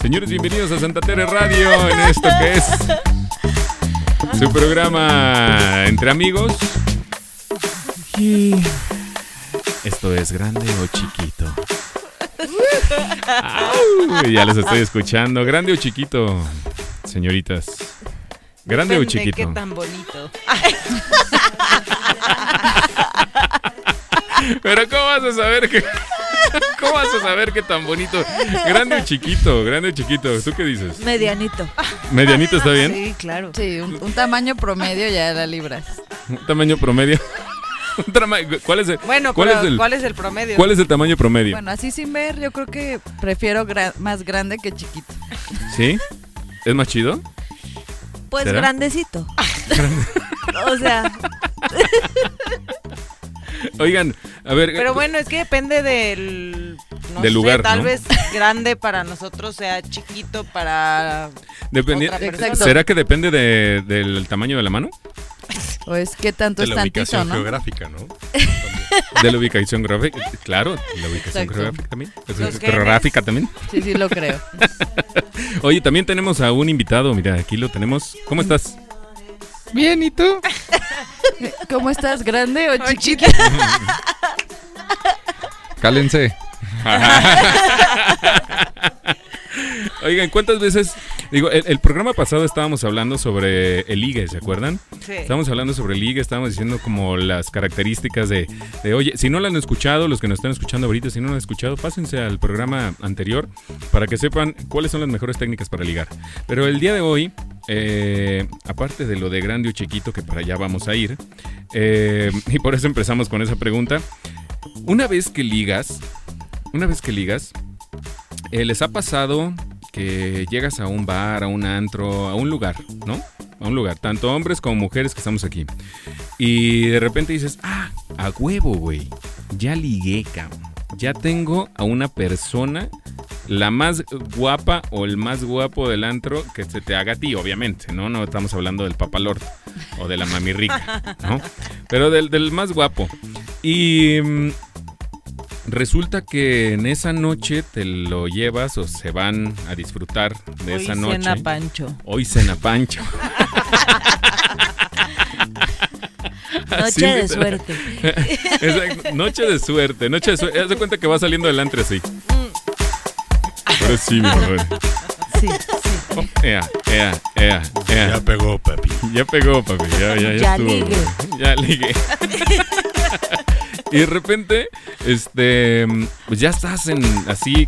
Señores, bienvenidos a Santa Tere Radio en esto que es su programa Entre Amigos. Y esto es grande o chiquito. Au, ya los estoy escuchando. Grande o chiquito, señoritas. Grande o Depende chiquito. Qué tan bonito. Pero ¿cómo vas a saber que... ¿Cómo vas a saber qué tan bonito? Grande o chiquito, grande o chiquito. ¿Tú qué dices? Medianito. ¿Medianito está bien? Sí, claro. Sí, un, un tamaño promedio ya la libras. ¿Un tamaño promedio? Un trama- ¿Cuál es el, Bueno, cuál, pero es el, ¿cuál es el promedio? cuál es el tamaño promedio? Bueno, así sin ver, yo creo que prefiero gra- más grande que chiquito. ¿Sí? ¿Es más chido? Pues ¿Será? grandecito. o sea, Oigan, a ver, Pero bueno, es que depende del... No Del sé, lugar, Tal ¿no? vez grande para nosotros sea chiquito para... dependi- otra persona. Exacto. ¿será que depende de- del tamaño de la mano? O es que tanto de es la tantito, ubicación ¿no? geográfica, ¿no? ¿De la ubicación geográfica? Claro, la ubicación Exacto. geográfica también. Los Geográfica también. Sí, sí, lo creo. Oye, también tenemos a un invitado, mira, aquí lo tenemos. ¿Cómo estás? Bien, ¿y tú? ¿Cómo estás, grande o Ay, chiquito? Cálense. Oigan, ¿cuántas veces? Digo, el, el programa pasado estábamos hablando sobre el IGE, ¿se acuerdan? Sí. Estábamos hablando sobre el IGE, estábamos diciendo como las características de, de, oye, si no la han escuchado, los que nos están escuchando ahorita, si no la han escuchado, pásense al programa anterior para que sepan cuáles son las mejores técnicas para ligar. Pero el día de hoy, eh, aparte de lo de grande o chiquito, que para allá vamos a ir, eh, y por eso empezamos con esa pregunta, una vez que ligas, una vez que ligas, eh, les ha pasado que llegas a un bar, a un antro, a un lugar, ¿no? A un lugar, tanto hombres como mujeres que estamos aquí. Y de repente dices, ah, a huevo, güey. Ya ligué, cabrón. Ya tengo a una persona, la más guapa o el más guapo del antro que se te haga a ti, obviamente, ¿no? No estamos hablando del papalord o de la mami rica, ¿no? Pero del, del más guapo. Y mm, resulta que en esa noche te lo llevas o se van a disfrutar de Hoy esa noche. cena Pancho. Hoy cena Pancho. Así noche de literal. suerte. Exacto, Noche de suerte, noche de suerte. Haz de cuenta que va saliendo del antro así. Mm. Pero sí, mi amor. Sí. Oh, ea, ea, ea, Ya ea. pegó, papi. Ya pegó, papi. Ya, ya, ya, Ya estuvo. ligué. Ya ligué. Y de repente, este, pues ya estás en así,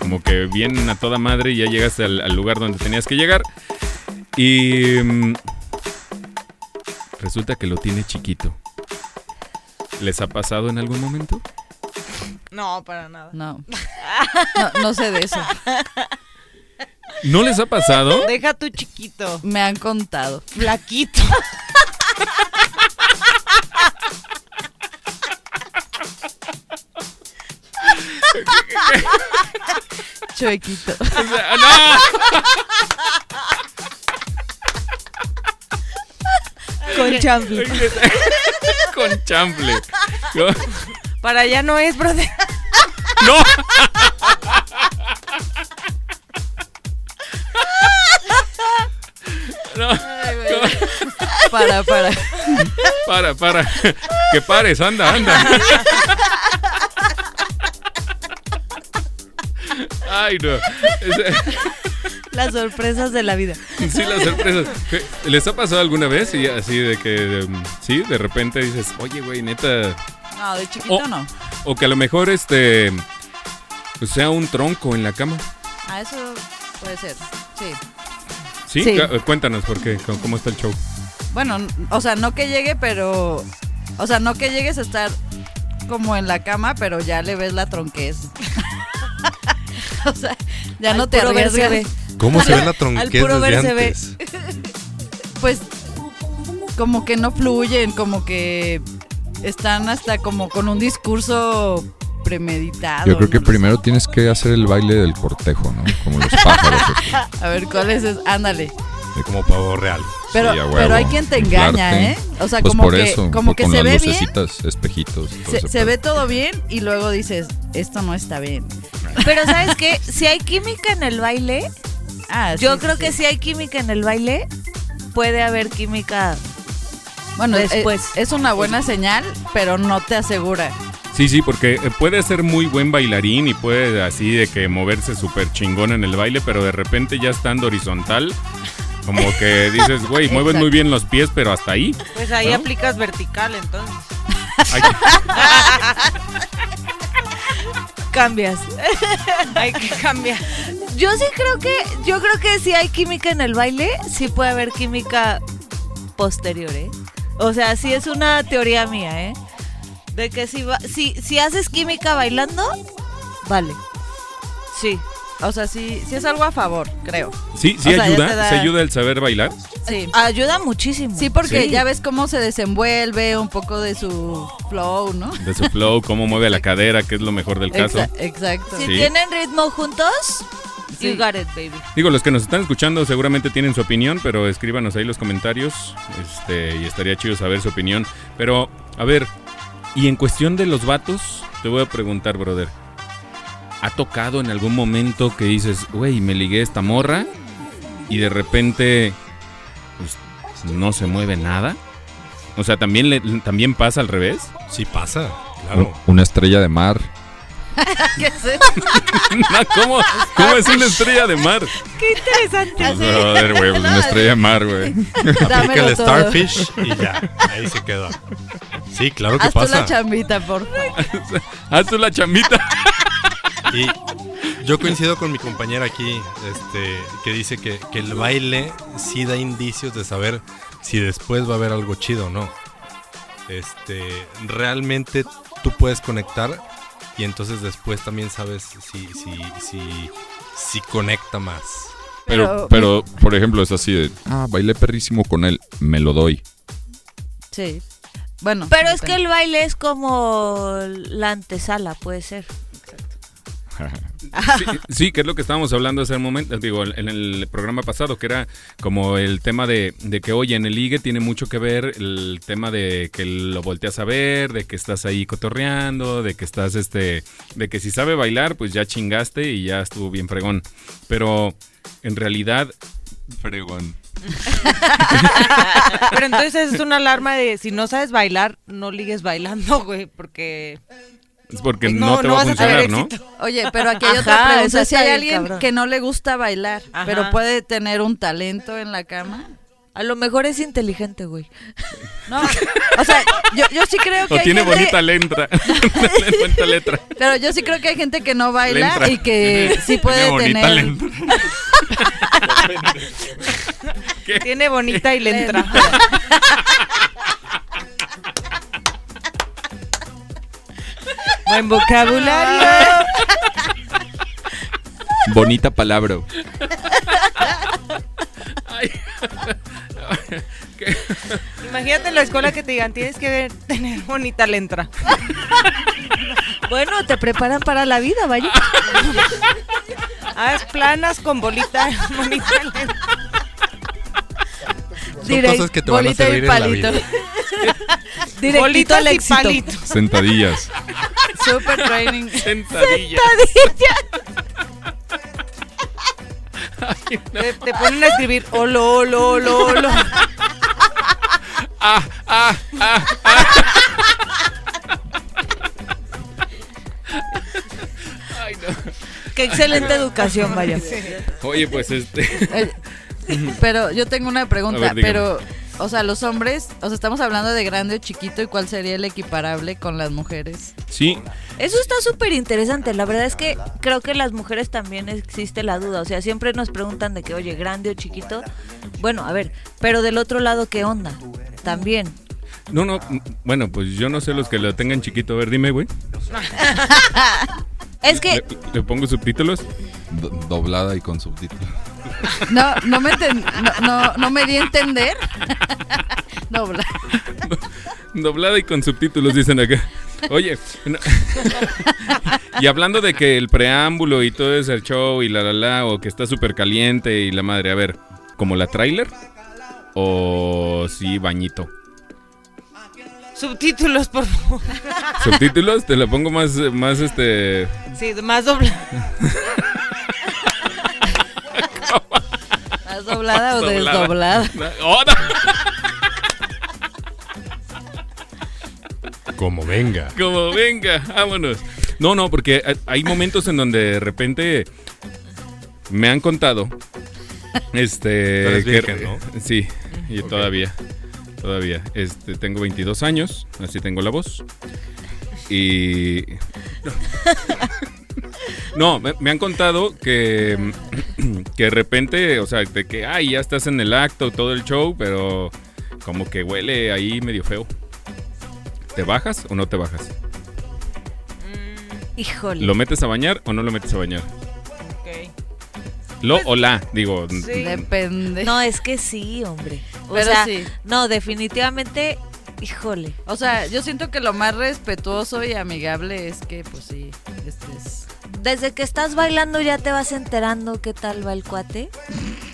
como que bien a toda madre y ya llegas al, al lugar donde tenías que llegar. Y mm, resulta que lo tiene chiquito. ¿Les ha pasado en algún momento? No, para nada. No. no. no sé de eso. ¿No les ha pasado? Deja tu chiquito. Me han contado. Flaquito. Chuequito. O sea, ¡No! Con champi. Con chample. No. Para allá no es, brother. ¡No! No, Para, para. para, para. Que pares, anda, anda. Ay, no. Es- Las sorpresas de la vida. Sí, las sorpresas. ¿Les ha pasado alguna vez? Y así de que, um, sí, de repente dices, oye, güey, neta, No, de chiquito Oh. no. O que a lo mejor este pues, sea un tronco en la cama. Ah, eso puede ser. Sí. Sí, Sí. Ca- cuéntanos por qué, c- cómo está el show. Bueno, n- o sea, no que llegue, pero. O sea, no que llegues a estar como en la cama, pero ya le ves la tronquez. o sea, ya Al no te puro ver se arriesgas. ¿Cómo se ve la Al tronquez puro desde ver se ve. antes? Pues como que no fluyen, como que están hasta como con un discurso premeditado. Yo creo que no lo sé. primero tienes que hacer el baile del cortejo, ¿no? Como los pájaros. así, A ver, ¿cuál es? ese? Ándale. Como pavo real. Pero, a huevo. pero hay quien te engaña, Inflarte. ¿eh? O sea, pues como por que, eso, como pues que con se las ve bien, lucecitas, espejitos. todo se, ese se pedo. ve todo bien y luego dices, esto no está bien. Pero ¿sabes qué? Si hay química en el baile, Ah, sí, yo sí, creo sí. que si hay química en el baile, puede haber química. Bueno, es- después. Es, una buena señal, pero no te asegura. Sí, sí, porque eh, puede ser muy buen bailarín y puede así de que moverse súper chingón en el baile, pero de repente ya estando horizontal, como que dices, güey, mueves muy Exacto. bien los pies, pero hasta ahí. Pues ahí ¿No? aplicas vertical, entonces. Hay- Cambias. Hay que cambiar. Yo sí creo que, yo creo que si hay química en el baile, sí puede haber química posterior, ¿eh? O sea, sí es una teoría mía, ¿eh? De que si, va- si, si haces química bailando, vale. Sí. O sea, sí, sí es algo a favor, creo. sí, sí O sea, ya ayuda, te da- se ayuda el saber bailar. Sí. Ayuda muchísimo. Sí, porque Sí. ya ves cómo se desenvuelve un poco de su flow, ¿no? De su flow, cómo mueve la cadera, que es lo mejor del caso. Exa- exacto. Si Sí. tienen ritmo juntos, Sí. you got it, baby. Digo, los que nos están escuchando seguramente tienen su opinión, pero escríbanos ahí los comentarios. Este, y estaría chido saber su opinión. Pero, a ver, y en cuestión de los vatos, te voy a preguntar, brother. ¿Ha tocado en algún momento que dices, güey, me ligué a esta morra? Y de repente, pues, no se mueve nada. O sea, también, le, también pasa al revés. Sí pasa, Un- claro. Una estrella de mar. ¿Qué es eso? No, ¿Cómo, ¿Cómo es una estrella de mar? Qué interesante. Pues, brother, güey, pues, una estrella de mar, güey. Aplica Dámelo el todo. Starfish y ya. Ahí se queda. Sí, claro que Haz tú la pasa. chambita, por favor. Haz tú la chambita. Y yo coincido con mi compañera aquí, este, que dice que, que el baile sí da indicios de saber si después va a haber algo chido o no. Este, realmente tú puedes conectar y entonces después también sabes si, si, si, si conecta más. Pero, Pero- pero, por ejemplo, es así de, ah, bailé perrísimo con él, me lo doy. Sí. Bueno. Pero es que depende. el baile es como la antesala, puede ser. Sí, sí, que es lo que estábamos hablando hace un momento, digo, en el programa pasado, que era como el tema de, de que, oye, en el ligue tiene mucho que ver el tema de que lo volteas a ver, de que estás ahí cotorreando, de que estás, este, de que si sabe bailar, pues ya chingaste y ya estuvo bien fregón. Pero en realidad... Fregón. Pero entonces es una alarma de si no sabes bailar, no ligues bailando, güey, porque Es porque pues, no, te va a vas tener funcionar, ¿no? éxito. Oye, pero aquí hay otra Ajá, pregunta. eso si está hay bien, alguien cabrón. que no le gusta bailar, Ajá. pero puede tener un talento en la cama. A lo mejor es inteligente, güey. No, o sea, yo, yo sí creo que O hay tiene gente- bonita letra. bonita letra. Pero yo sí creo que hay gente que no Le baila entra. y que sí puede tener. Tiene bonita y le entra. Buen vocabulario. Bonita palabra. Imagínate en la escuela que te digan, tienes que ver- tener bonita letra. Bueno, te preparan para la vida, vaya. Haz planas con bolita, bonita letra. Son cosas que te van a bolita servir y en la palito. vida. Directito al Bolitas y éxito. palitos. Sentadillas. Super training. Sentadilla. Te, te ponen a escribir olo, olo, olo, olo. Qué excelente educación, vaya. Oye, pues este... Oye, Eh, Pero yo tengo una pregunta, A ver, dígame. pero o sea, los hombres, o sea, estamos hablando de grande o chiquito y cuál sería el equiparable con las mujeres. Sí, Eso está súper interesante. La verdad es que creo que las mujeres también existe la duda. O sea, siempre nos preguntan de que, oye, grande o chiquito. Bueno, a ver, pero del otro lado, ¿qué onda? También. No, no, m- bueno, pues yo no sé los que lo tengan chiquito. A ver, dime, güey. Es que ¿Le, le pongo subtítulos? do- doblada y con subtítulos. No, no me enten- no, no, no me di a entender. No, bla- Doblada y con subtítulos, dicen acá. Oye, no- y hablando de que el preámbulo y todo ese show y la la la, o que está súper caliente y la madre, a ver, ¿como la trailer? ¿O sí, bañito? Subtítulos, por favor. Subtítulos, te la pongo más, eh, más este. Sí, más doblada. ¿Estás doblada o desdoblada? Oh, no, Como venga. Como venga, vámonos. No, no, porque hay- hay momentos en donde de repente me han contado. Este. Tú eres que- virgen, ¿no? Sí, y Ok. todavía. Todavía. Este, tengo 22 años, así tengo la voz. Y. No, me, me han contado que, que de repente, o sea, de que, ay, ya estás en el acto, todo el show, pero como que huele ahí medio feo. ¿Te bajas o no te bajas? Híjole. ¿Lo metes a bañar o no lo metes a bañar? Pues, Lo o la, digo. sí. Depende. No, es que sí, hombre. O Pero sea, sí. no, definitivamente, híjole. O sea, yo siento que lo más respetuoso y amigable es que, pues sí, este es... Desde que estás bailando ya te vas enterando qué tal va el cuate.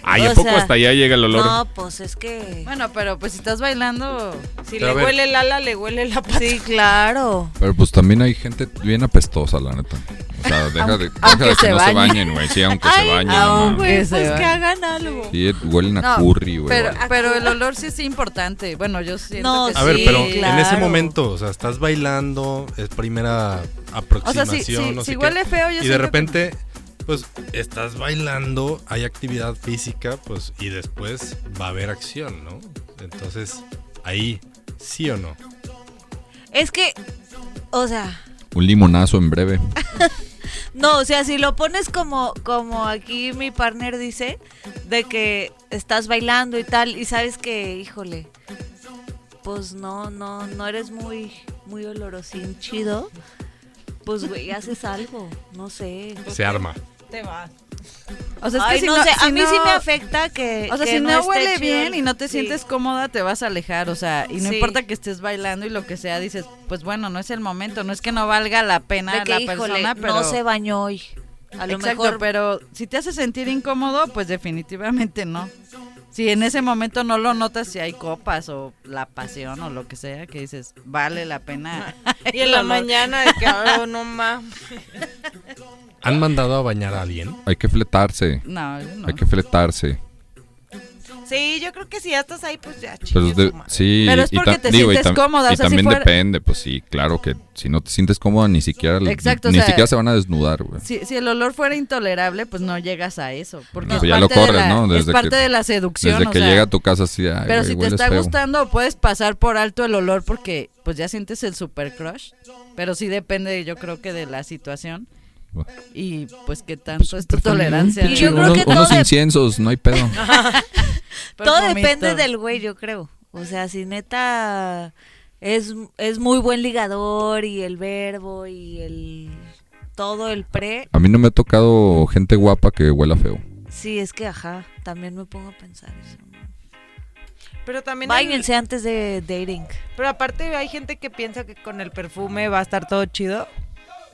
Ay, O ¿a poco sea, hasta allá llega el olor? No, pues es que. Bueno, pero pues si estás bailando... Si Pero a le ver. huele el ala, le huele la pata. Sí, claro. Pero pues también hay gente bien apestosa, la neta. O sea, deja de, deja aunque de que se no se bañen. bañen, güey. Sí, aunque se bañen. no mames. güey, pues que hagan algo. Sí, huelen a No, curry, güey. Pero, pero el olor sí es importante. Bueno, yo siento No, que A ver, sí. pero en ese claro. momento, o sea, estás bailando, es primera O sea, aproximación. si, si, no si sé qué, huele feo, yo Y de siento que- repente, pues estás bailando, hay actividad física, pues, y después va a haber acción, ¿no? Entonces, ahí, sí o no. Es que, o sea, Un limonazo en breve. no, o sea, si lo pones como, como aquí mi partner dice, de que estás bailando y tal, y sabes que, híjole, pues no, no, no eres muy, muy olorosín chido. Pues güey, haces algo, no sé. Se arma. Te vas. O sea, es que Ay, si no, sé, a si mí sí no- me afecta que. O sea, que si no, esté huele chido bien el- y no te sí. sientes cómoda, te vas a alejar. O sea, y no Sí. importa que estés bailando y lo que sea, dices, pues bueno, no es el momento. No es que no valga la pena de que, la híjole, persona, pero. no se bañó hoy. A lo Exacto, mejor pero si te hace sentir incómodo, pues definitivamente no. Si en ese momento no lo notas, si hay copas o la pasión o lo que sea, que dices, vale la pena. Y en la olor. mañana, de que, "Ah, no mames. ¿Han mandado a bañar a alguien? Hay que fletarse. No, yo no. Hay que fletarse. Sí, yo creo que si ya estás ahí, pues ya Pero, chingue de- su madre. sí, Pero es y ta- porque te digo, y sientes tam- cómoda, o Y sea, si también fuera- depende, pues sí, claro que si no te sientes cómoda, ni siquiera, Exacto, o ni sea- siquiera se van a desnudar, güey. Si, si el olor fuera intolerable, pues no llegas a eso. Porque No, es pues ya lo parte de corres, la- ¿no? es Desde parte que- de la seducción. Desde o que sea, llega a tu casa, así, ay, Pero güey, si te hueles está feo. gustando, puedes pasar por alto el olor porque pues ya sientes el super crush. Pero sí depende, yo creo que de la situación. Bueno. Y pues qué tanto es tu tolerancia. pinche Yo al creo unos, que todo unos de- inciensos, no hay pedo. Todo perfumito. depende del güey, yo creo. O sea, si neta es, es muy buen ligador y el verbo y el todo el pre, A mí no me ha tocado gente guapa que huela feo. sí, es que ajá, también me pongo a pensar eso. ¿no? Pero también. el- Báñense antes de dating. Pero aparte hay gente que piensa que con el perfume va a estar todo chido.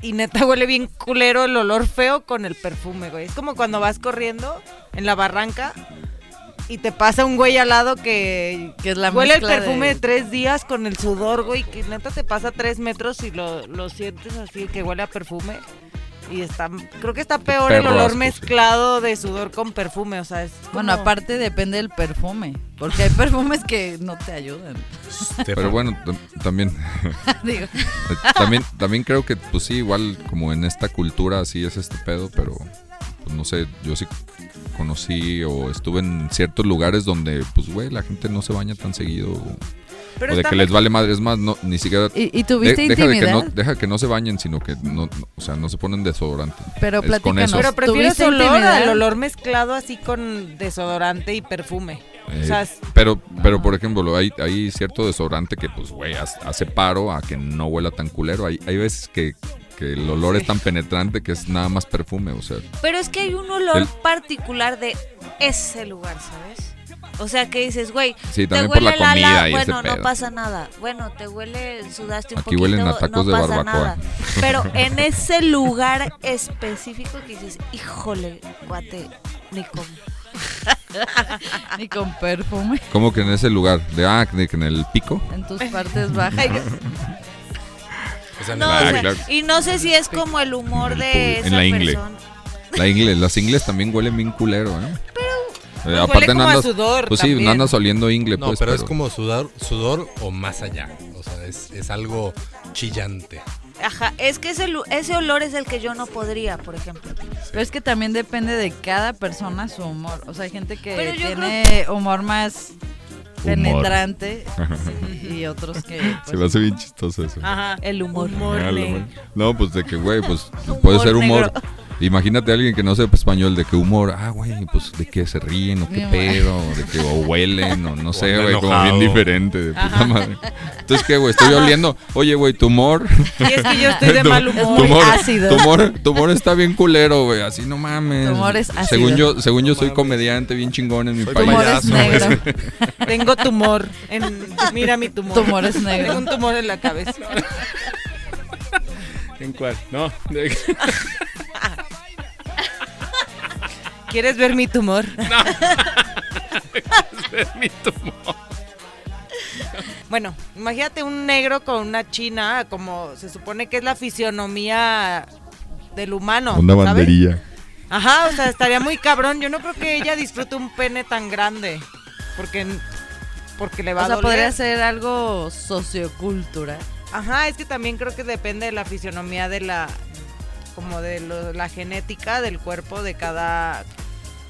Y neta huele bien culero el olor feo con el perfume, güey. Es como cuando vas corriendo en la barranca y te pasa un güey al lado que, Que es la huele el mezcla perfume de... de- tres días con el sudor, güey. Que neta te pasa tres metros y lo, lo sientes así, que huele a perfume. Y está, creo que está peor el perro olor asco, sí. mezclado de sudor con perfume, o sea, es Bueno, como- aparte depende del perfume. Porque hay perfumes que no te ayudan. Pero bueno, tam- también, Digo, también, también creo que, pues sí, igual como en esta cultura así es este pedo, pero pues, no sé, yo sí conocí o estuve en ciertos lugares donde, pues güey, la gente no se baña tan seguido. o- Pero o Pues de está que les vale madre, es más, no, ni siquiera... y, y tuviste de- deja, de que intimidad. no, deja que no se bañen, sino que no, no- o sea, no se ponen desodorante. Pero es con platícanos. eso. Pero prefieres ¿Tuviste olor intimidad? al olor mezclado así con desodorante y perfume. Eh, o sea, es- pero, pero por ejemplo, hay, hay cierto desodorante que, pues, güey, ha- hace paro a que no huela tan culero. Hay, hay veces que, que el olor es tan penetrante que es nada más perfume, o sea. Pero es que hay un olor El- particular de ese lugar, ¿sabes? O sea, que dices, güey, Sí, te también por huele la el ala, comida y ese bueno, pedo. no pasa nada. Bueno, te huele, sudaste un Aquí poquito, huelen a tacos no de pasa barbacoa. nada. Pero en ese lugar específico que dices, híjole, guate, ni como. Ni con perfume. Como que en ese lugar, de, ah, de que en el pico. En tus partes bajas. O sea, No, nada. o Ah, sea, claro. y no sé si es como el humor de En esa la ingle. persona. La ingle, las ingles también huelen bien culero, ¿eh? Pero. huele como a sudor Pues sí, también. no andas oliendo ingle, No, pues. pero, es como sudor, sudor o más allá. O sea, es, es algo chillante. Ajá, es que ese, lu- ese olor es el que yo no podría, por ejemplo. Pero es que también depende de cada persona su humor. O sea, hay gente que Pero yo tiene humor más penetrante sí, y otros que... Se pues, me hace bien chistoso eso. Ajá. El humor. Ah, lo Morning. bueno. No, pues de que, güey, pues Humor puede ser humor. negro. Imagínate a alguien que no sepa español, de qué humor, ah, güey, pues de que se ríen, o qué Mi pedo, o de que o huelen, o no sé, anda güey, como bien enojado. diferente, de puta madre. Entonces, ¿qué, güey? Estoy oliendo, oye, güey, tu humor. Y es que yo estoy de Tu- mal Es humor. Tu humor, ácido. tu humor, tu humor está bien culero, güey, así no mames. Tu humor es ácido. Según yo, según yo soy comediante bien chingón en mi Soy tu país. humor es Payaso. negro. Tengo tumor. en- mira mi tumor. Tumor es negro. Tengo un tumor en la cabeza. ¿En cuál? No. ¿Quieres ver mi tumor? es mi tumor. Bueno, imagínate un negro con una china, como se supone que es la fisionomía del humano. ¿sabes? Ajá, o sea, estaría muy cabrón. Yo no creo que ella disfrute un pene tan grande. Porque, porque le va O a sea, doler. podría ser algo sociocultural. Ajá, es que también creo que depende de la fisionomía de la como de lo- la genética del cuerpo de cada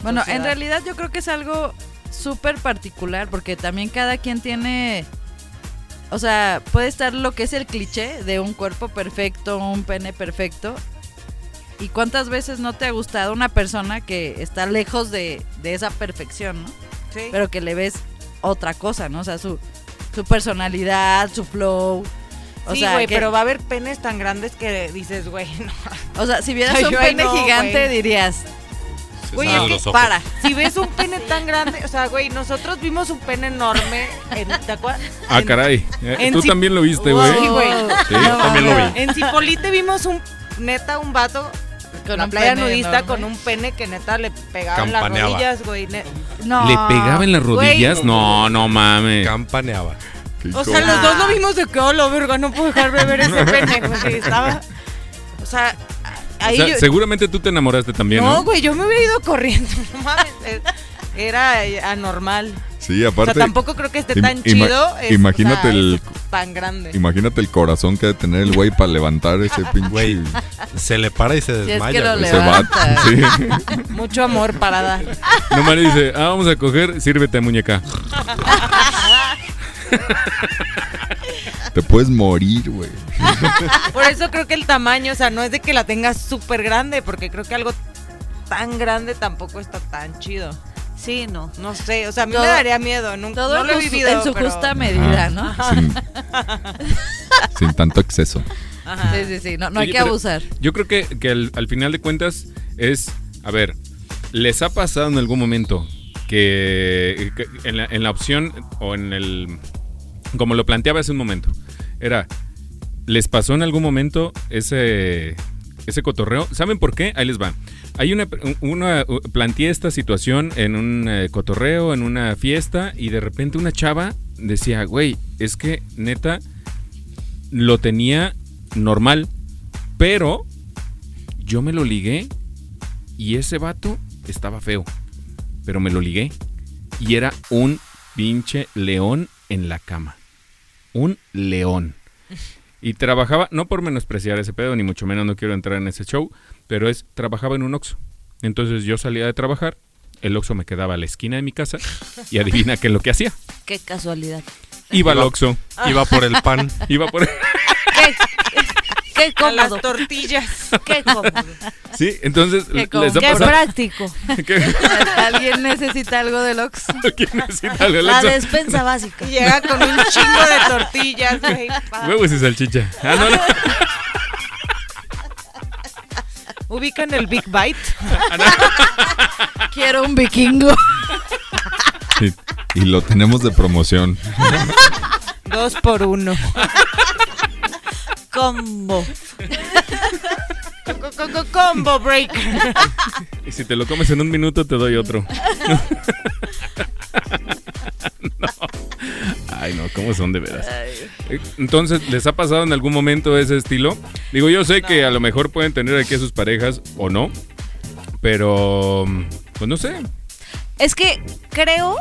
Bueno, sociedad. en realidad yo creo que es algo súper particular porque también cada quien tiene, o sea, puede estar lo que es el cliché de un cuerpo perfecto, un pene perfecto. ¿Y cuántas veces no te ha gustado una persona que está lejos de, de esa perfección, no? Sí. Pero que le ves otra cosa, ¿no? O sea, su, su personalidad, su flow. O sí, sea, güey, que- pero va a haber penes tan grandes que dices, güey, no. o sea, si vieras Ay, un yo ahí pene no, gigante güey. dirías, Se Güey, cerran es que los ojos. para. Si ves un pene tan grande, o sea, güey, nosotros vimos un pene enorme en ¿te acuerdas? Ah, En- caray. Eh, en Tú sí- también lo viste, Wow. güey. Sí, güey. Sí, yo también lo vi. En Cipolite vimos un neta un vato en la un playa pene nudista enorme. con un pene que neta le pegaba en las Campaneaba. rodillas, güey. ne- No. ¿Le pegaba en las Güey. rodillas? No, no mames. Campaneaba. O sea, los dos lo vimos de que, oh, la verga, no puedo dejar de ver ese pene, güey. que Estaba. O sea, O ahí sea, yo- seguramente tú te enamoraste también, ¿no? No, güey, yo me hubiera ido corriendo. No mames. eh, Era eh, anormal. Sí, O sea, aparte. tampoco creo que esté im- tan ima- chido. es- imagínate o sea, el- es Tan grande. Imagínate el corazón que ha de tener el güey para levantar ese pinche. Güey, se le para y se que desmaya. lo güey. ese vato. Levanta. Sí. Mucho amor para dar. No mames, dice, ah, vamos a coger, sírvete, muñeca. Te puedes morir, güey. Por eso creo que el tamaño, o sea, no es de que la tengas súper grande, porque creo que algo tan grande tampoco está tan chido. Sí, no. No sé, o sea, a mí Todo- me daría miedo. Nunca, Todo no lo he en, su- vivido. en su pero- justa medida, Ajá. ¿no? Sin, sin tanto exceso. Ajá. Sí, sí, sí. No, no Oye, hay que pero abusar. Yo creo que, que al, al final de cuentas es, a ver, ¿les ha pasado en algún momento que, que en, la, en la opción o en el, como lo planteaba hace un momento, era, ¿les pasó en algún momento ese, ese cotorreo? ¿Saben por qué? Ahí les va. Hay una, una, planteé esta situación en un eh, cotorreo, en una fiesta, y de repente una chava decía, güey, es que neta lo tenía normal, pero yo me lo ligué y ese vato estaba feo, pero me lo ligué y era un pinche león en la cama. Un león. Y trabajaba, no por menospreciar ese pedo, ni mucho menos no quiero entrar en ese show, pero es, trabajaba en un Oxxo. Entonces yo salía de trabajar, el Oxxo me quedaba a la esquina de mi casa y adivina qué es lo que hacía. Qué casualidad. Iba al Iba- Oxxo, Iba por el pan. iba por... Qué, qué A las cómodo. tortillas. Qué cómodo. Sí, entonces Qué con- les ha Qué pasado práctico. que ¿Alguien necesita algo del Ox? alguien necesita el La Oxxo. despensa básica. Y llega con un chingo de tortillas, güey. pa. Huevos y salchicha. Ah, no, no. Ubican el Big Bite. Quiero un vikingo. Y, y lo tenemos de promoción. Dos por uno. Combo. Co- co- co- Combo break. Y si te lo comes en un minuto, te doy otro. Ay, no, ¿cómo son de veras? Eh, Entonces, ¿les ha pasado en algún momento ese estilo? Digo, yo sé que a lo mejor pueden tener aquí a sus parejas o no, pero pues no sé. Es que creo,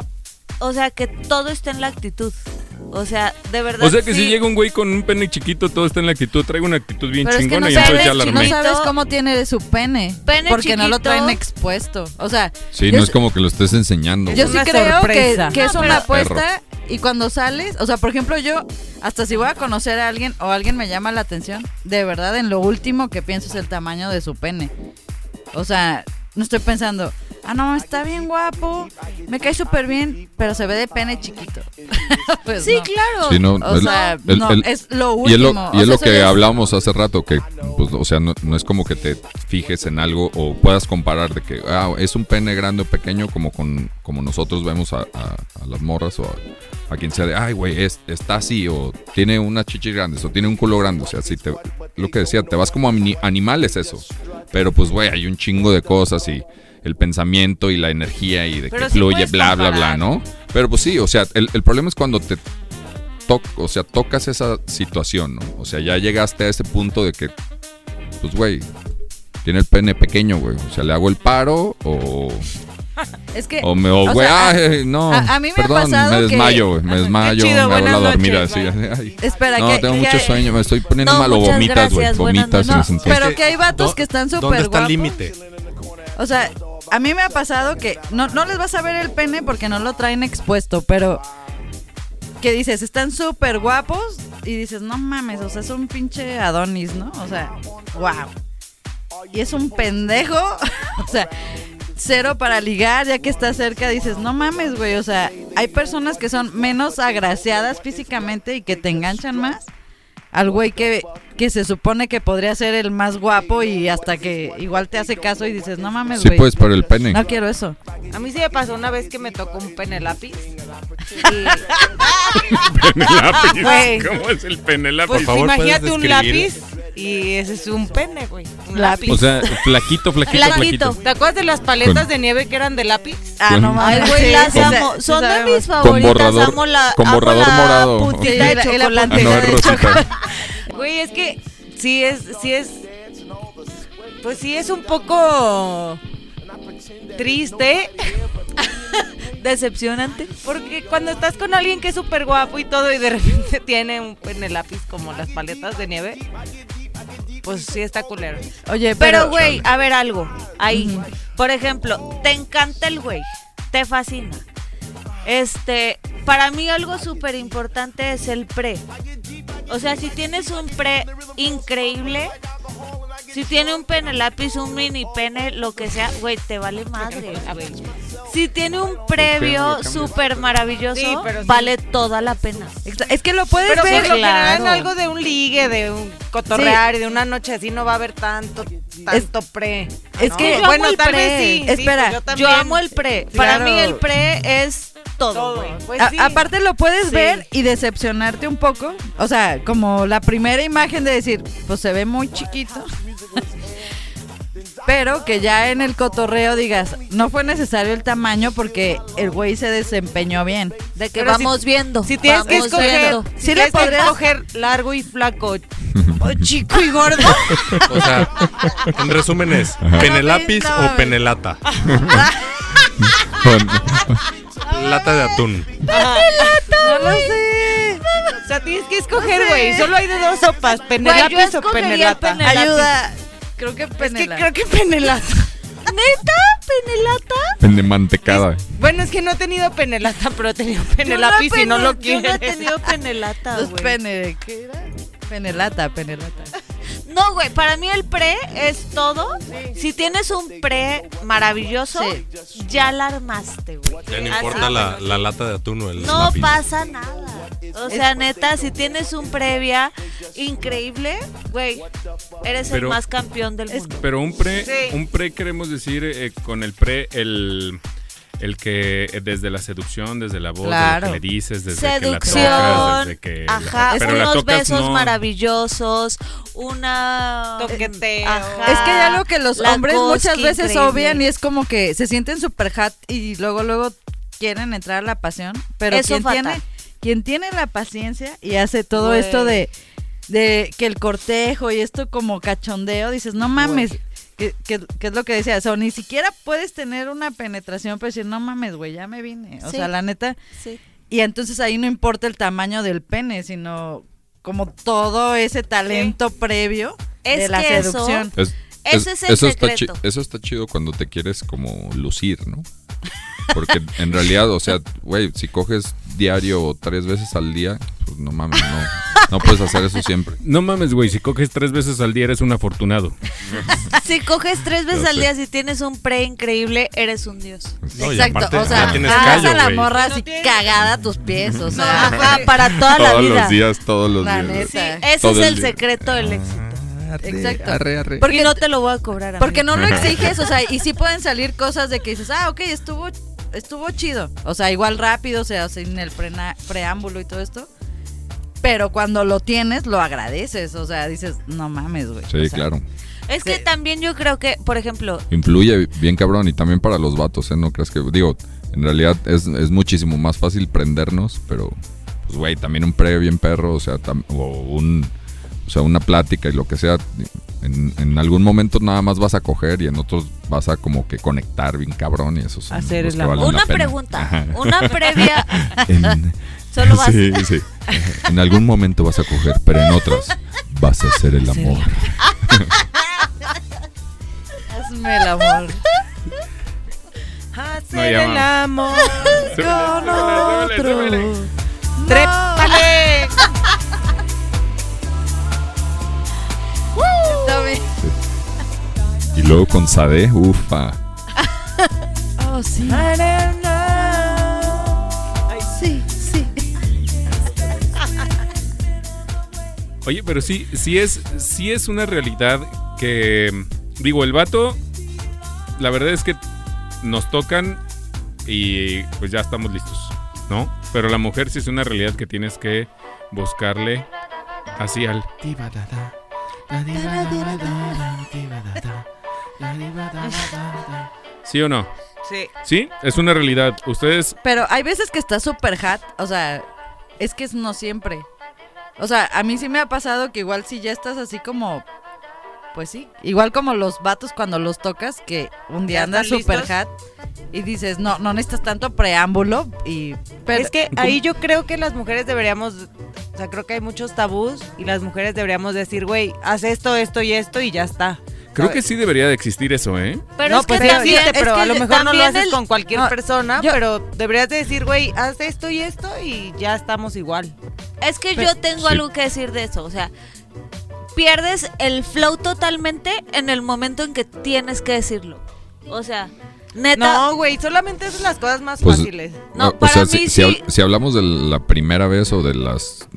o sea, que todo está en la actitud. O sea, de verdad. O sea que si sí. llega un güey con un pene chiquito, todo está en la actitud, traigo una actitud bien Pero es que chingona no y entonces sabes, ya la no armé. sabes cómo tiene su pene. Pene porque no lo chiquito. traen expuesto. O sea, Sí, yo no es sí- como que lo estés enseñando. Yo güey. sí una creo que, sorpresa. que es No, una pero- apuesta y cuando sales, o sea, por ejemplo, yo hasta si voy a conocer a alguien o alguien me llama la atención, de verdad en lo último que pienso es el tamaño de su pene. O sea, no estoy pensando, ah, no, está bien guapo, me cae súper bien, pero se ve de pene chiquito. Pues Sí, no. claro. Sí, no, O el- sea, el- no, el- es lo Y es último. lo, y O sea, es lo que soy- hablamos hace rato, que, pues, o sea, no, no es como que te fijes en algo o puedas comparar de que ah, es un pene grande o pequeño como con como nosotros vemos a, a- a las morras o a, a quien sea de, ay, güey, es- está así o tiene unas chichis grandes o tiene un culo grande. O sea, si te, lo que decía, te vas como ani- animal es eso. Pero pues, güey, hay un chingo de cosas y el pensamiento y la energía y de Pero que sí fluye, puedes bla, bla, bla, comparar. ¿no? Pero pues sí, o sea, el, el problema es cuando te toc, o sea, tocas esa situación, ¿no? O sea, ya llegaste a ese punto de que, pues, güey, tiene el pene pequeño, güey. O sea, le hago el paro o, Es que o me, o, o güey, sea, a- ay, no, a- a mí me ha perdón, me pasado que- desmayo, güey, me Ajá, qué desmayo, chido, me hago la buenas dormida, noches, así, bye. ay. espera No, que tengo que- mucho sueño, me estoy poniendo No, mal o muchas vomitas, güey, gracias, buenas vomitas en noches. ese No, entonces. Pero que hay vatos ¿dó- que están ¿Dónde súper está el guapos. límite? O sea, a mí me ha pasado que no, no les vas a ver el pene porque no lo traen expuesto, pero que dices, están súper guapos y dices, no mames, o sea, es un pinche Adonis, ¿no? O sea, wow. Y es un pendejo, o sea, cero para ligar, ya que está cerca, dices, no mames, güey, o sea, hay personas que son menos agraciadas físicamente y que te enganchan más al güey que, que se supone que podría ser el más guapo y hasta que igual te hace caso y dices, no mames, Sí, güey. pues, por el pene. No quiero eso. A mí sí me pasó una vez que me tocó un pene lápiz. Pene lápiz. Güey. ¿Cómo es el pene lápiz? Pues Ah, favor, imagínate ¿puedes un lápiz describir? y ese es un pene, güey. Un Lápiz. lápiz. O sea, flaquito, flaquito, Flaquito. flaquito. ¿Te acuerdas de las paletas de nieve que eran de lápiz? Ah, no mames. Ay, güey, las Sí, sí, amo. sí Son de sabemos. mis favoritas. borrador- amo la, con amo borrador la morado. Sí, Puntita de la- la chocolate. Ah, no, pega es de Rosita. Güey, es que sí es, sí es, pues sí es un poco triste, Decepcionante. porque cuando estás con alguien que es súper guapo y todo y de repente tiene un pene lápiz como las paletas de nieve, pues sí está culero. Oye, Pero, güey, a ver algo. Ahí. Por ejemplo, te encanta el güey. Te fascina. Este, para mí algo súper importante es el pre. O sea, si tienes un pre increíble, si tiene un pene lápiz, un mini pene, lo que sea, güey, te vale madre, güey. Si tiene un previo súper maravilloso, Sí, pero sí. vale toda la pena. Exa- Es que lo puedes Pero por ver. lo general en claro. algo de un ligue, de un cotorrear y de una noche así no va a haber tanto, tanto pre. es ¿no? que- Yo amo bueno, el tal pre. vez sí. sí, Espera, pues yo, Yo también. amo el pre. Para Claro. mí el pre es todo, todo, güey. pues A- sí. Aparte lo puedes Sí. ver y decepcionarte un poco. O sea, como la primera imagen de decir, pues se ve muy chiquito. Pero que ya en el cotorreo digas, no fue necesario el tamaño porque el güey se desempeñó bien. De que Pero vamos viendo. Si tienes que vamos escoger, viendo. si Sí le tienes que podrías- escoger largo y flaco, o chico y gordo, O sea, en resumen es, ¿penelápiz No, no. o penelata? Lata de atún. Ah, No lo sé. o sea, tienes que escoger, No sé. güey. Solo hay de dos sopas, Güey, yo penelapis o escogería penelata. penelata. Ayuda. Creo que Es que Penela. creo que penelata. ¿Neta? ¿Penelata? Pene mantecada. Bueno, es que no he tenido penelata, pero he tenido Penelata penelapis y no lo Yo no quieres. he tenido penelata, Dos güey. pene- ¿qué era? Penelata, penelata. No, güey, para mí el pre es todo. Si tienes un pre maravilloso, ya la armaste, güey. Ya no Así. importa la, la lata de atún o el No lápiz. pasa nada. O sea, neta, si tienes un previa increíble, güey, eres Pero- el más campeón del mundo. Pero un pre, Sí. un pre queremos decir eh, con el pre el el que eh, desde la seducción, desde la voz, Claro. desde lo que le dices, desde que la tocas, Seducción, desde que la- ajá, pero la unos tocas, besos no. maravillosos, una eh, Toqueteo. Ajá. Es que hay algo que los La hombres muchas cosqui veces increíble. obvian y es como que se sienten super hot y luego luego quieren entrar a la pasión, pero Eso quien fatal. tiene quien tiene la paciencia y hace todo Güey. esto de, de que el cortejo y esto como cachondeo, dices, no mames. Que, que- que es lo que decía, o sea, ni siquiera puedes tener una penetración para decir, no mames, güey, ya me vine. O Sí. sea, la neta, Sí. y entonces ahí no importa el tamaño del pene, sino como todo ese talento previo Es de la que eso- seducción. Es- Ese es el está chi- secreto. eso está chido cuando te quieres como lucir, ¿no? Porque en realidad, o sea, güey, si coges diario o tres veces al día, pues no mames, no, no puedes hacer eso siempre. No mames, güey, si coges tres veces al día eres un afortunado. Si coges tres veces Ya al sé. día, si tienes un pre increíble, eres un dios. No, y Exacto, aparte o ya sea, tienes agarras callo, a la güey. morra No así tiene- cagada a tus pies, o sea, Ajá, para toda la todos vida. los días, todos los la días. neta. Ese Todo es el el día. secreto del Ah. éxito. Exacto. Porque Porque no te lo voy a cobrar a Porque no lo exiges, o sea, y sí pueden salir cosas de que dices, ah, ok, estuvo, estuvo chido. O sea, igual rápido, o sea, sin el prena- preámbulo y todo esto. Pero cuando lo tienes, lo agradeces, o sea, dices, no mames, güey. Sí, O sea, claro. Es que Sí. también yo creo que, por ejemplo, Influye bien cabrón y también para los vatos, ¿eh? No creas que... Digo, en realidad es, es muchísimo más fácil prendernos, pero... Pues, güey, también un pre bien perro, o sea, tam- o un... O sea, una plática y lo que sea. En, en algún momento nada más vas a coger y en otros vas a como que conectar bien cabrón y eso son Hacer los el que amor. valen la una pena. pregunta, Ajá. una previa, En- solo vas. Sí, sí. En algún momento vas a coger, pero en otras vas a hacer el amor. Hazme el amor. No, Hacer ya el vamos. amor. Súbele, súbele, súbele, súbele. ¡Trépale! Tommy. Y luego con Sade, ufa. Oh, sí. Sí, sí. Oye, pero sí, sí es, sí es una realidad que. Digo, el vato. La verdad es que nos tocan y pues ya estamos listos, ¿no? Pero la mujer sí es una realidad que tienes que buscarle así al. ¿Sí o no? Sí. Sí, es una realidad. Ustedes. Pero hay veces que está súper hat, o sea, es que es no siempre. O sea, a mí sí me ha pasado que igual si ya estás así como, pues sí, igual como los vatos cuando los tocas, que un día ¿Ya andas están súper listos? hat y dices, no, no necesitas tanto preámbulo y... Pero, es que ahí yo creo que las mujeres deberíamos, o sea, creo que hay muchos tabús y las mujeres deberíamos decir, güey, haz esto, esto y esto y ya está. Creo que sí debería de existir eso, ¿eh? Pero no, es pues que sí también, existe, pero es que a lo mejor no lo también haces el- con cualquier no, persona, yo- pero deberías de decir, güey, haz esto y esto y ya estamos igual. Es que Pero- yo tengo Sí. algo que decir de eso, o sea, pierdes el flow totalmente en el momento en que tienes que decirlo. O sea, neta, No, güey, solamente haces las cosas más Pues- fáciles. No, o para sea, mí si, sí. si hab- si hablamos de la primera vez o de las,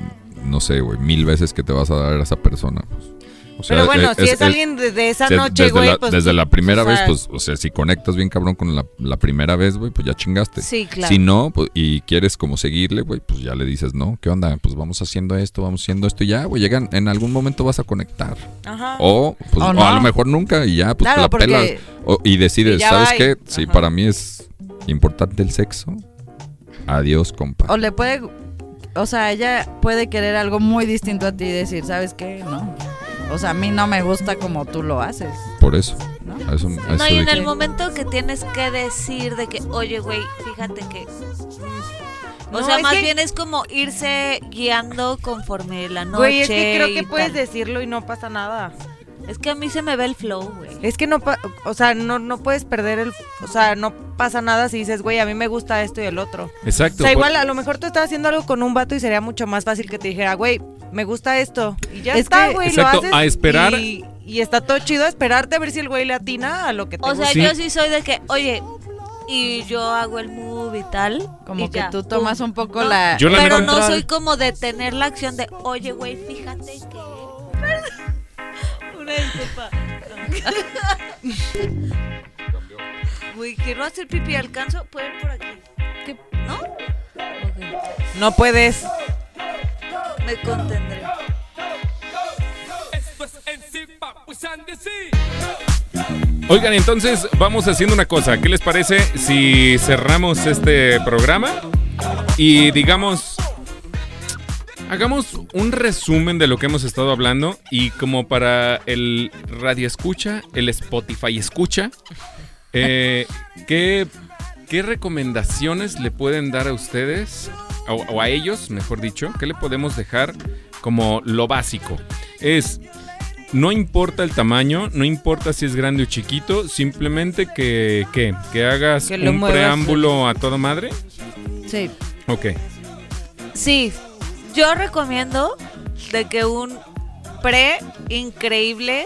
no sé, güey, mil veces que te vas a dar a esa persona. pues, o sea, pero bueno, eh, si es, alguien de, de esa si es noche, desde, güey, la, pues. desde la primera o sea, vez, pues, o sea, si conectas bien cabrón con la, la primera vez, güey, pues ya chingaste. sí, claro. Si no, pues, y quieres como seguirle, güey, pues ya le dices, no, ¿qué onda? Pues vamos haciendo esto, vamos haciendo esto y ya, güey, llegan, en algún momento vas a conectar. Ajá. O, pues, O o no. a lo mejor nunca y ya, pues Claro, te la porque- pelas. O- y decides, Y ya ¿sabes bye. qué? Sí, Ajá. para mí es importante el sexo. Adiós, compa. O le puede... O sea, ella puede querer algo muy distinto a ti y decir, ¿sabes qué? No. O sea, a mí no me gusta como tú lo haces, Por eso. ¿no? a eso- a No, eso y en dije. el momento que tienes que decir de que, oye, güey, fíjate que... mm". O No, sea, es más que- bien es como irse guiando conforme la noche. Güey, es que creo y que puedes tal. decirlo y no pasa nada. Es que a mí se me ve el flow, güey. Es que no, pa- o sea, no, no puedes perder el, o sea, no pasa nada si dices, güey, a mí me gusta esto y el otro. O Exacto. sea, por- igual a lo mejor tú estás haciendo algo con un vato y sería mucho más fácil que te dijera, güey, me gusta esto. Y ya Es está, que- güey, lo Exacto, haces. a esperar. Y, y está todo chido a esperarte a ver si el güey le atina a lo que te O sea, gusta. Sí. yo sí soy de que, oye, y yo hago el move y tal. Como y que ya, tú tomas pum. un poco No, la... Yo la Pero neta- no soy como de tener la acción de, oye, güey, fíjate que. Una disculpa. Güey, quiero hacer pipí, alcanzo, puedo ir por aquí. ¿Qué? ¿No? Ok, No puedes. me contendré. Oigan, entonces vamos haciendo una cosa. ¿Qué les parece si cerramos este programa? Y digamos, Hagamos un resumen de lo que hemos estado hablando y como para el radio escucha, el Spotify escucha, eh, ¿qué, ¿qué recomendaciones le pueden dar a ustedes o, o a ellos, mejor dicho? ¿Qué le podemos dejar como lo básico? Es, no importa el tamaño, no importa si es grande o chiquito, simplemente que, ¿qué? que hagas Que lo un muevas. preámbulo a toda madre. Sí. Ok. Sí, yo recomiendo de que un pre increíble,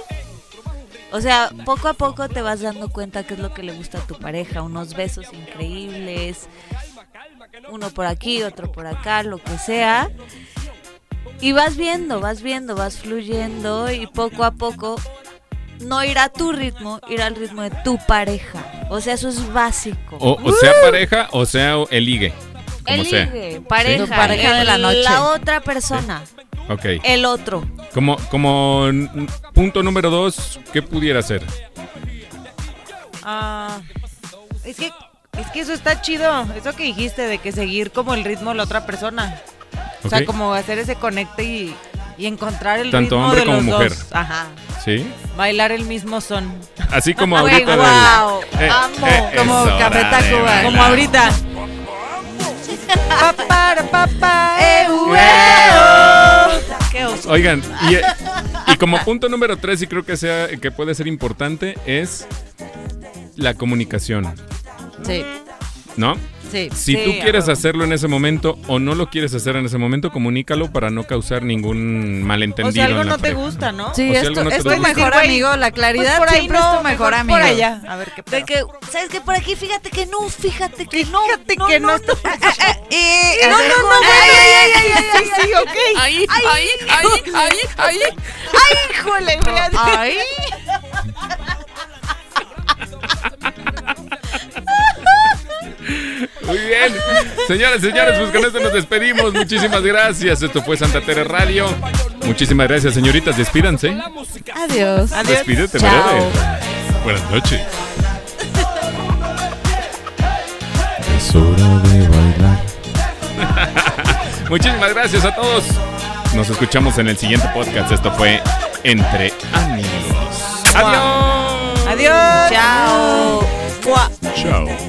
o sea, poco a poco te vas dando cuenta qué es lo que le gusta a tu pareja, unos besos increíbles, uno por aquí, otro por acá, lo que sea. Y vas viendo, vas viendo, vas fluyendo y poco a poco no ir a tu ritmo, ir al ritmo de tu pareja. O sea, eso es básico. O, o sea pareja o sea el ligue. Como El sea. ligue, pareja, Tu pareja de la el- noche. la otra persona, Ok. el otro. Como, como n- punto número dos, ¿qué pudiera ser? Ah, es que es que eso está chido, eso que dijiste de que seguir como el ritmo de la otra persona. O sea, Ok. como hacer ese conecte y, y encontrar el Tanto ritmo hombre de como los mujer. dos. Ajá. ¿Sí? Bailar el mismo son. Así como Güey, ahorita. del- guau, Eh, amo. eh, Como es hora Café de Tacuba. bailar. Como ahorita. Papara, papá, eh, Qué oso. Oigan, y, eh, y como punto número tres, y creo que sea que puede ser importante, es la comunicación, Sí. ¿no? Sí. Si Sí, tú quieres claro. hacerlo en ese momento o no lo quieres hacer en ese momento, comunícalo para no causar ningún malentendido. O sea, algo en la no te pareja. gusta, ¿no? Sí, O si es algo tu, no te es tu gusta. mejor Pues, amigo. La Pues claridad por ahí siempre es no, tu mejor amigo. Por allá. A ver qué De pedo. que, ¿sabes qué? Por aquí, fíjate que no, fíjate que no. Fíjate que no, está- Eh, no, no, no, güey. Sí, sí, ok. Ahí, ahí, ahí, ahí, ahí. Híjole, fíjate. Ay. Muy bien. Señores, señores, pues con esto nos despedimos. Muchísimas gracias. Esto fue Santa Tere Radio. Muchísimas gracias, señoritas. Despídanse. Adiós. Adiós. Despídete, Chao. brother. Buenas noches. Es hora de bailar. Muchísimas gracias a todos. Nos escuchamos en el siguiente podcast. Esto fue Entre Amigos. Adiós. Adiós. Chao. Chao.